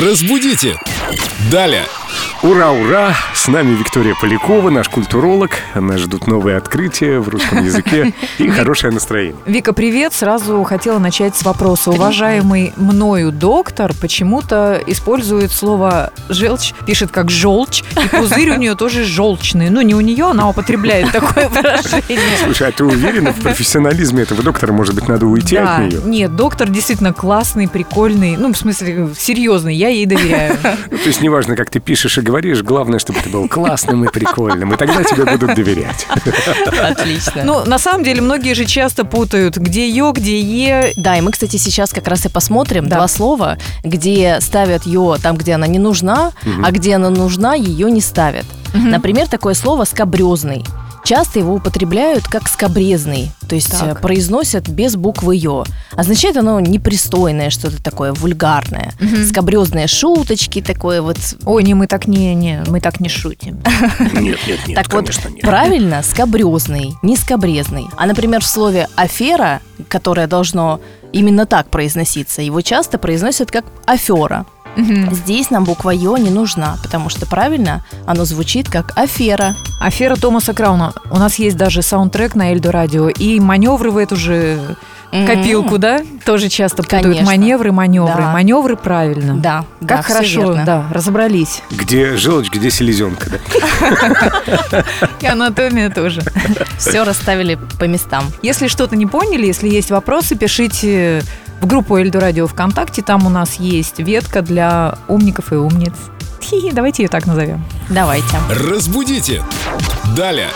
Разбудите! Далее! Ура, ура! С нами Виктория Полякова, наш культуролог. Нас ждут новые открытия в русском языке и хорошее настроение. Вика, привет! Сразу хотела начать с вопроса. Уважаемый мною доктор почему-то использует слово «желчь», пишет как «желчь», и пузырь у нее тоже желчный. Ну, не у нее, она употребляет такое выражение. Слушай, а ты уверена в профессионализме этого доктора? Может быть, надо уйти Да, от нее? нет, доктор действительно классный, прикольный, ну, в смысле, серьезный, я ей доверяю. Ну, то есть неважно, как ты пишешь и говоришь, главное, чтобы ты был классным и прикольным, и тогда тебе будут доверять. Отлично. Ну, на самом деле, многие же часто путают, где «ё», где «е», да, и мы, кстати, сейчас как раз и посмотрим Да. два слова, где ставят ее там, где она не нужна, а где она нужна, ее не ставят. Например, такое слово «скобрезный». Часто его употребляют как «скобрезный», то есть Так. э, произносят без буквы «ё». Означает оно непристойное, что-то такое вульгарное. Скобрезные шуточки, такое вот... Ой, не, мы так не, не, мы так не шутим. Нет, нет, нет, так вот, правильно, скобрезный, не скобрезный. А, например, в слове «афера», которое должно именно так произноситься, его часто произносят как «афера». Мгм. Здесь нам буква «ё» не нужна, потому что правильно оно звучит как «афера». Афера Томаса Крауна. У нас есть даже саундтрек на Эльдо Радио. И маневры в эту же Мгм. копилку, да? Тоже часто путают. Конечно. Маневры, маневры. Да. Маневры правильно. Да, Как да, всё хорошо, верно. да, разобрались. Где желчь, где селезенка, да? И анатомия тоже. Все расставили по местам. Если что-то не поняли, если есть вопросы, пишите в группу Эльдо Радио ВКонтакте. Там у нас есть ветка для умников и умниц. Хи-хи, Давайте ее так назовем. Давайте. Разбудите! Далее!